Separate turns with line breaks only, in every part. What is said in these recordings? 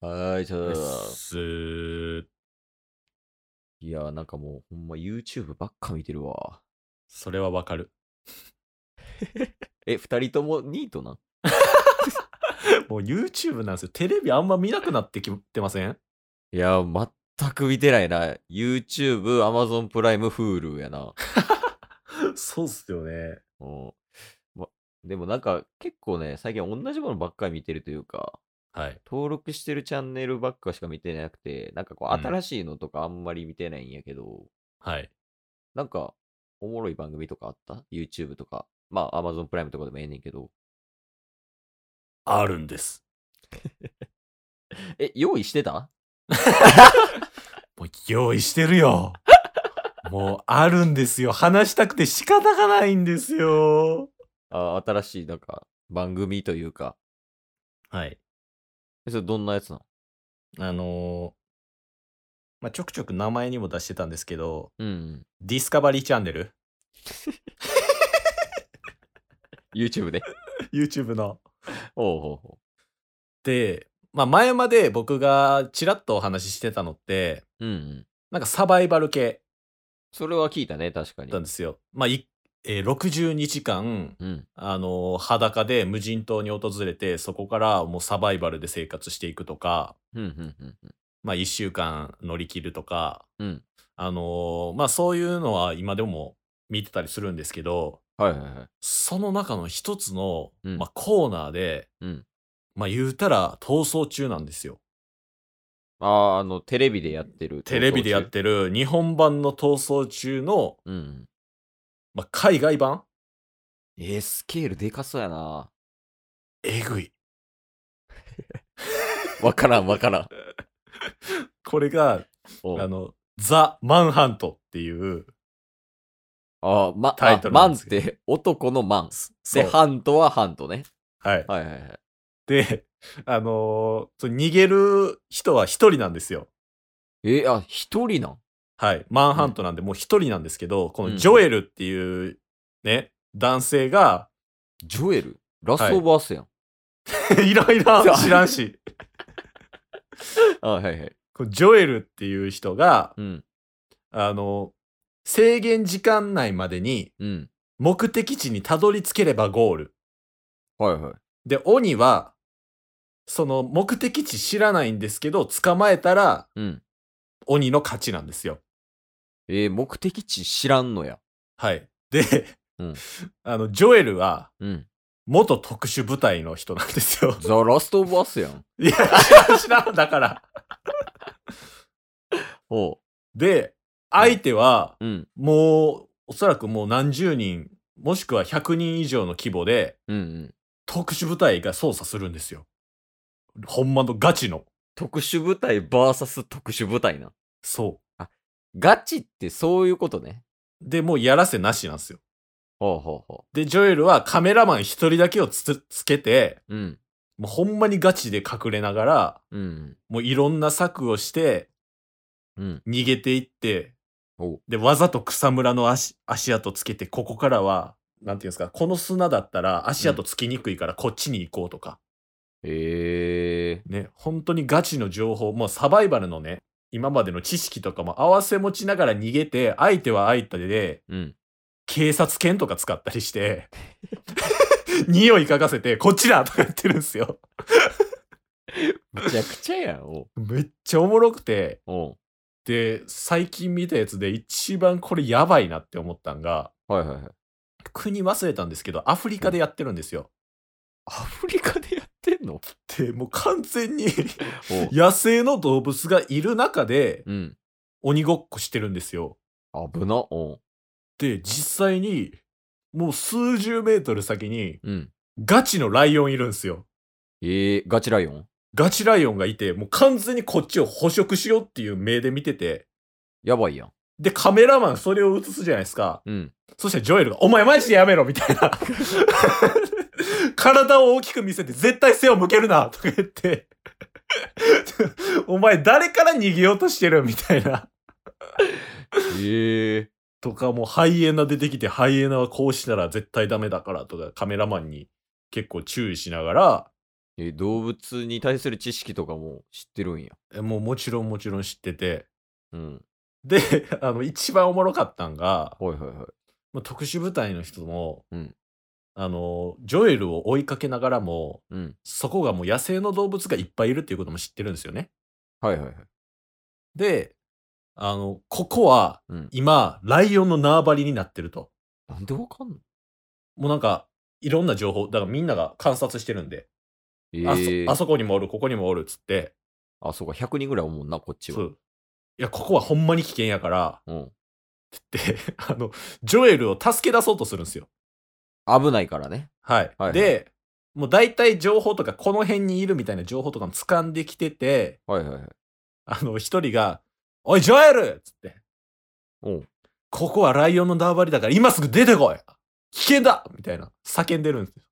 はーい、
うっ
と。
すー
いや、なんかもう、ほんま YouTube ばっか見てるわ。
それはわかる。
え、二人ともニートなん
もう YouTube なんですよ。テレビあんま見なくなってきてません
いや、全く見てないな。YouTube、Amazon プライム、Hulu やな。
そうっすよね。
うん。ま、でもなんか、結構ね、最近同じものばっかり見てるというか、
はい。
登録してるチャンネルばっかしか見てなくて、なんかこう、
うん
新しいのとかあんまり見てないんやけど、
はい。
なんか、おもろい番組とかあった ?YouTube とか。まあ、Amazon プライムとかでもええねんけど。
あるんです。
え、用意してた
もう用意してる よ。もうあるんですよ。話したくて仕方がないんですよ。
あ新しい、なんか、番組というか。
はい。
えそれどんなやつなの
あのーまあ、ちょくちょく名前にも出してたんですけど、
うんうん。
ディスカバリーチャンネル
YouTube で。
?YouTube の。
おう ほうほ
で、まあ、前まで僕がちらっとお話ししてたのって、
う。うんうん。
なんかサバイバル系
それは聞いたね、確かに。
だったんですよ。まあ、いえー62時間、
うん。
あのー裸で無人島に訪れて、そこからもうサバイバルで生活していくとか、
うん、うん、うんうん。
まあ、1週間乗り切るとか、
うん。
あのーまあ、そういうのは今でも見てたりするんですけど、
はいはいはい。
その中の一つの、
うん
まあ、コーナーで、
うん
まあ、言うたら逃走中なんですよ。
ああ、あの、テレビでやってる。
テレビでやっ。てる日本版の逃走中の、
うんうん。
まあ、海外版
えースケールでかそうやな。
えぐい。
わからん、わからん。
これが、
おう
あの、ザ・マンハントっていう、
あー、ま、
タイ
あ
トル
マ
なん
ン
で
っ
すけど
て男のマン。
そ
で、
う。
ハントはハントね。
はい。
はいはいはい。
で、あのーそう逃げる人は一人なんですよ。
えーあ、一人なん
はい。マンハントなんで、もう一人なんですけど、こ
うん
のジョエルっていうね、男性が、
ジョエルラストオブアスやん。
いろいろ
そう
知らんし、
あはいはい。
このジョエルっていう人が、
うん。
あの制限時間内までに
うん。
目的地にたどり着ければゴール。
はいはい。
で、鬼は、その目的地知らないんですけど、捕まえたら
うん。
鬼の勝ちなんですよ。
えー目的地知らんのや。
はい。で、
うん
あの、ジョエルは、
うん。
元特殊部隊の人なんで すよ。
ザ・ラストオブアスやん。
いや、知らん、知らん、だから。
おう。
で、相手は、
うん。
もう、おそらくもう何十人、もしくは100人以上の規模で、
うんうん。
特殊部隊が操作するんですよ。ほんまのガチの。
特殊部隊 VS 特殊部隊な。
そ
ガチってそういうことね。
う。で、もうやらせなしなんですよ。
ほうほうほ
で、ジョエルはカメラマン一人だけをつ、つけて、
う。うん。
もうほんまにガチで隠れながら、
うん。
もういろんな策をして、
うん。
逃げていって、
おう。
で、わざと草むらの足、足跡つけて、ここからは、なんていうんですか、この砂だったら足跡つきにくいからこっちに行こうとか、
えー。
ね、本当にガチの情報、もうサバイバルのね、今までの知識とかも合わせ持ちながら逃げて、相手は相手で、
うん。
警察犬とか使ったり して、 匂い嗅がせて、こっちだとか言ってるんですよ。
むちゃくちゃやん。おう。
めっちゃおもろくて、
おう
で、最近見たやつで一番これやばいなって思ったんが、
はいはいはい。
国忘れたんですけど、アフリカでやってるんですよ。
アフリカでやってんの
ってもう完全に
おう。
野生の動物がいる中で
うん。
鬼ごっこしてるんですよ。
危な。おう。
で実際にもう数十メートル先に
うん。
ガチのライオンいるんですよ。
えー、ガチライオン
ガチライオンがいてもう完全にこっちを捕食しようっていう目で見てて
やばいやん。
でカメラマンそれを映すじゃないですか。
うん。
そしたらジョエルが「お前マジでやめろ」みたいな体を大きく見せて「絶対背を向けるな」とか言って「お前誰から逃げようとしてる」みたいな
ええ
とかもうハイエナ出てきてハイエナはこうしたら絶対ダメだからとかカメラマンに結構注意しながら
え、動物に対する知識とかも知ってるんや。
えもうもちろんもちろん知ってて。
うん。
で、あの、一番おもろかったんが、
はいはいはい。
まあ、特殊部隊の人も、
うん
あの、ジョエルを追いかけながらも、
うん。
そこがもう野生の動物がいっぱいいるっていうことも知ってるんですよね。
はいはいはい。
で、あの、ここは
うん。
今、ライオンの縄張りになってると。
なんでわかんの
もうなんか、いろんな情報、だからみんなが観察してるんで、
え
あそ
ー、
あそこにもおる、ここにもおるっつって、
あ、そうか、100人ぐらいおもんな、こっち
そ
は。
う。いや、ここはほんまに危険やから、
うん。
って、 あの、ジョエルを助け出そうとするんですよ。
危ないからね。
はい。
はい
で、もう大体情報とか、この辺にいるみたいな情報とかも掴んできてて、
はいはいはい。
あの、一人が、おい、ジョエルっつって、
うん。
ここはライオンの縄張りだから今すぐ出てこい危険だみたいな、叫んでるんですよ。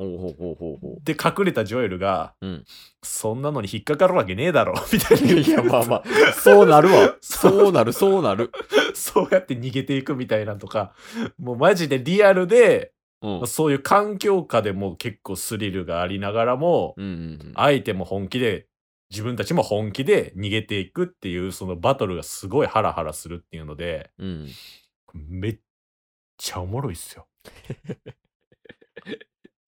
おうほうほうほうほう。
で、隠れたジョエルが、
うん
そんなのに引っかかるわけねえだろ、 みたいに言って
いや、まあまあ、
そう
そうなるわ。
そう
そうなる、そうなる。
そうやって逃げていくみたいなとか、もうマジでリアルで、
うん。うん
そういう環境下でも結構スリルがありながらも、
うんうん。
相手も本気で、自分たちも本気で逃げていくっていう、そのバトルがすごいハラハラするっていうので、
うん。
めっちゃおもろいっすよ。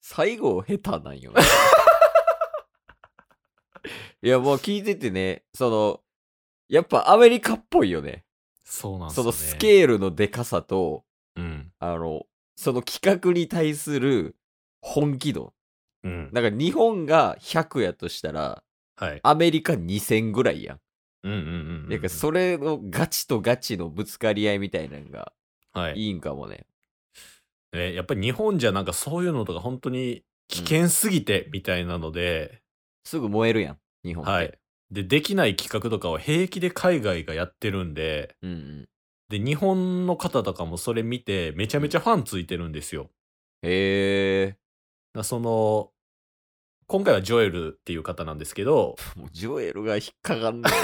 最後下手なんよな いやもう聞いててねそのやっぱアメリカっぽいよね
そうなん
そのスケールのでかさと
うん。
あのその企画に対する本気度
うん。
なんか日本が100やとしたら
はい。
アメリカ2000ぐらいやん、
うんうんうんうん。
なんかそれのガチとガチのぶつかり合いみたいなのが
はい。
いいんかもね、
ね、やっぱり日本じゃなんかそういうのとか本当に危険すぎてみたいなので、
すぐ燃えるやん日本って、
はい。で、できない企画とかを平気で海外がやってるんで、
うんうん、
で、日本の方とかもそれ見てめちゃめちゃファンついてるんですよ。だか
へえ
らその、今回はジョエルっていう方なんですけど、
もうジョエルが引っかか んのよ、ず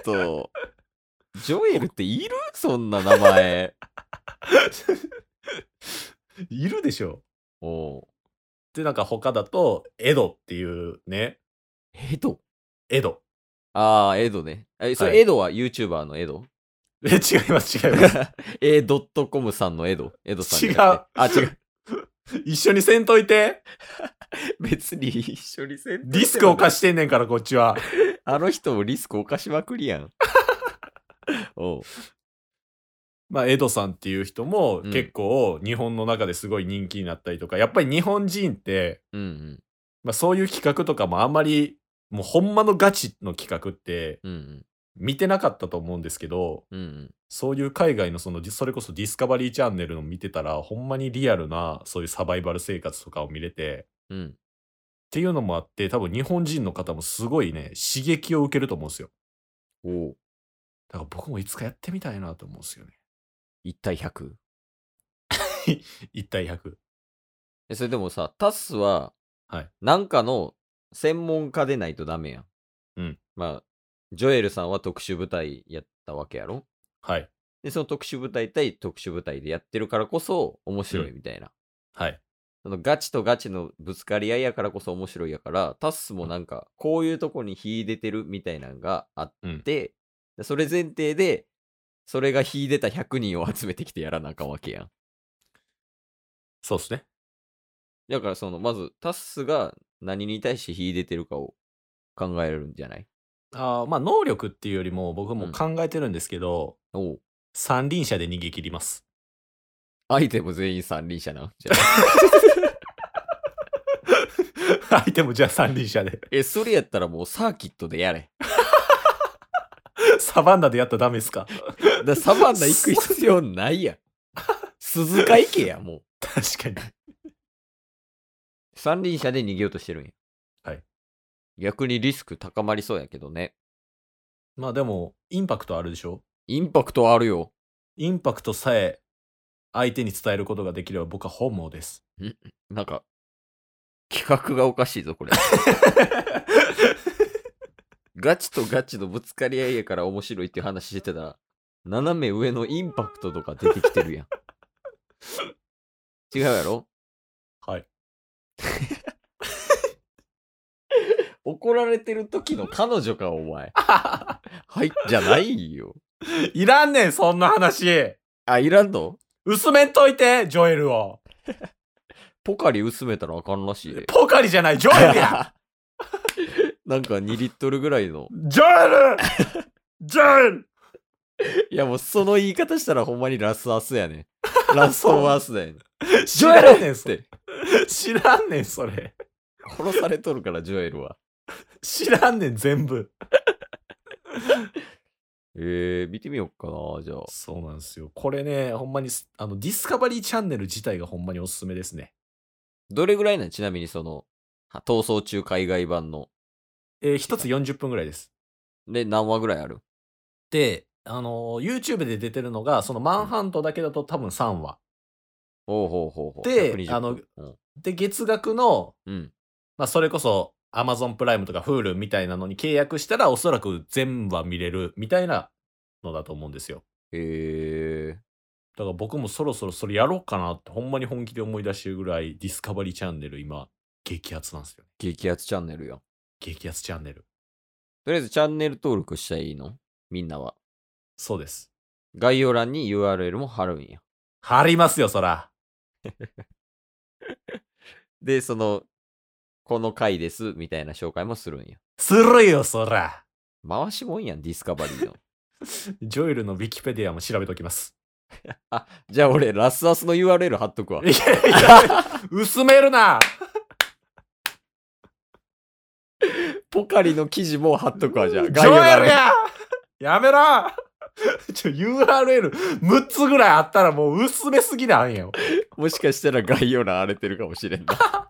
っと。ジョエルっているそんな名前。
いるでしょ。
おう
で、なんか他だと、エドっていうね、
エド
エド。
ああ、エドね。え、それ、
はい
エドは YouTuber のエ ド
え、違います、違います。
?A.com さんのエドエドさんじゃなくて。あ、違う。
一緒にせんといて。
別に一緒にせん
リスクを
か
犯してんねんから、こっちは。
あの人もリスクを犯しまくりや ん。おう
まあ、エドさんっていう人も
うん
結構日本の中ですごい人気になったりとか、やっぱり日本人って、
うんうん。
まあ、そういう企画とかもあんまりもうほんまのガチの企画って
うんうん。
見てなかったと思うんですけど
うんうん。
そういう海外のそのディそれこそディスカバリーチャンネルの見てたらほんまにリアルなそういうサバイバル生活とかを見れて
うん。
っていうのもあって多分日本人の方もすごいね刺激を受けると思うんですよ
おう
だから僕もいつかやってみたいなと思うんですよね
1対 100?
1対100
えそれでもさ、タスは、
はい
なんかの専門家でないとダメやん。
うん
まあ、ジョエルさんは特殊部隊やったわけやろ
はい
で、その特殊部隊対特殊部隊でやってるからこそ面白いみたいな。
はい
そのガチとガチのぶつかり合いやからこそ面白いやから、タスもなんか、こういうとこに秀でてるみたいなのがあって、でそれ前提で、それが秀でた100人を集めてきてやらなあかんわけやん。
そうですね
だからそのまずタッスが何に対して秀でてるかを考えるんじゃない
あーまあ能力っていうよりも僕
う
も
ん
考えてるんですけど、
おう
三輪車で逃げ切ります。
アイテム全員三輪車なじゃ あ
相手もじゃあ三輪車で。
えそれやったらもうサーキットでやれ
サバンナでやったらダメですか
だか らサバンナ行く必要ない やん鈴鹿行けやもう
確かに。
三輪車で逃げようとしてるんや
はい
逆にリスク高まりそうやけどね
まあでも、インパクトあるでしょ
インパクトあるよ
インパクトさえ相手に伝えることができれば僕は本望 です。
なんか企画がおかしいぞ これガチとガチのぶつかり合いやから面白いっていう話してたら、斜め上のインパクトとか出てきてる やん。違うやろ
はい。
怒られてる時の彼女か、お前。はい、じゃないよ。
いらんねん、そんな話。
あ、いらんの
薄めんといて、ジョエルを。
ポカリ薄めたらあかんらし いで。
ポカリじゃない、ジョエル や
なんか2リットルぐらいの。
ジョエル ジョエル
いやもうその言い方したらほんまにラスアスや ね。ラストアスだよね。
ジョエルねん、
っ
それ。
て。
知らんねん、それ。
殺されとるから、ジョエルは。
知らんねん、全部。
えー、見てみよっかな、じゃあ。
そうなんですよ。これね、ほんまにす、あの、ディスカバリーチャンネル自体がほんまにおすすめですね。
どれぐらいなんちなみにその、は逃走中海外版の。
えー、一つ40分ぐらいです。
で、何話ぐらいある
で、あのー YouTube で出てるのが、そのマンハントだけだと多分3話。
ほうほうほうほう。
で
120
あの
うん、
で、月額の、
うん。
まあ、それこそ Amazon プライムとか Hulu みたいなのに契約したら、おそらく全話見れるみたいなのだと思うんですよ。
え
だから僕もそろそろそれやろうかなって、ほんまに本気で思い出してるぐらい、ディスカバリーチャンネル今、激アツなんですよ。
ー、激アツチャンネルやん。
激アツチャンネル。
とりあえずチャンネル登録したらいいのみんなは。
そうです。
概要欄に URL も貼るんや。
貼りますよ、そら。
で、その、この回です、みたいな紹介もするんや。
するよ、そら。
回しもんやん、ディスカバリーの。
ジョエルのウィキペディアも調べときます。
じゃあ俺、ラスアスの URL 貼っとくわ
い。やいや、薄めるな
ポカリの記事も貼っとくわ、じゃあ。
ジョエル
に
ややめろちょ、URL6 つぐらいあったらもう薄めすぎなんよ。
もしかしたら概要欄荒れてるかもしれんな。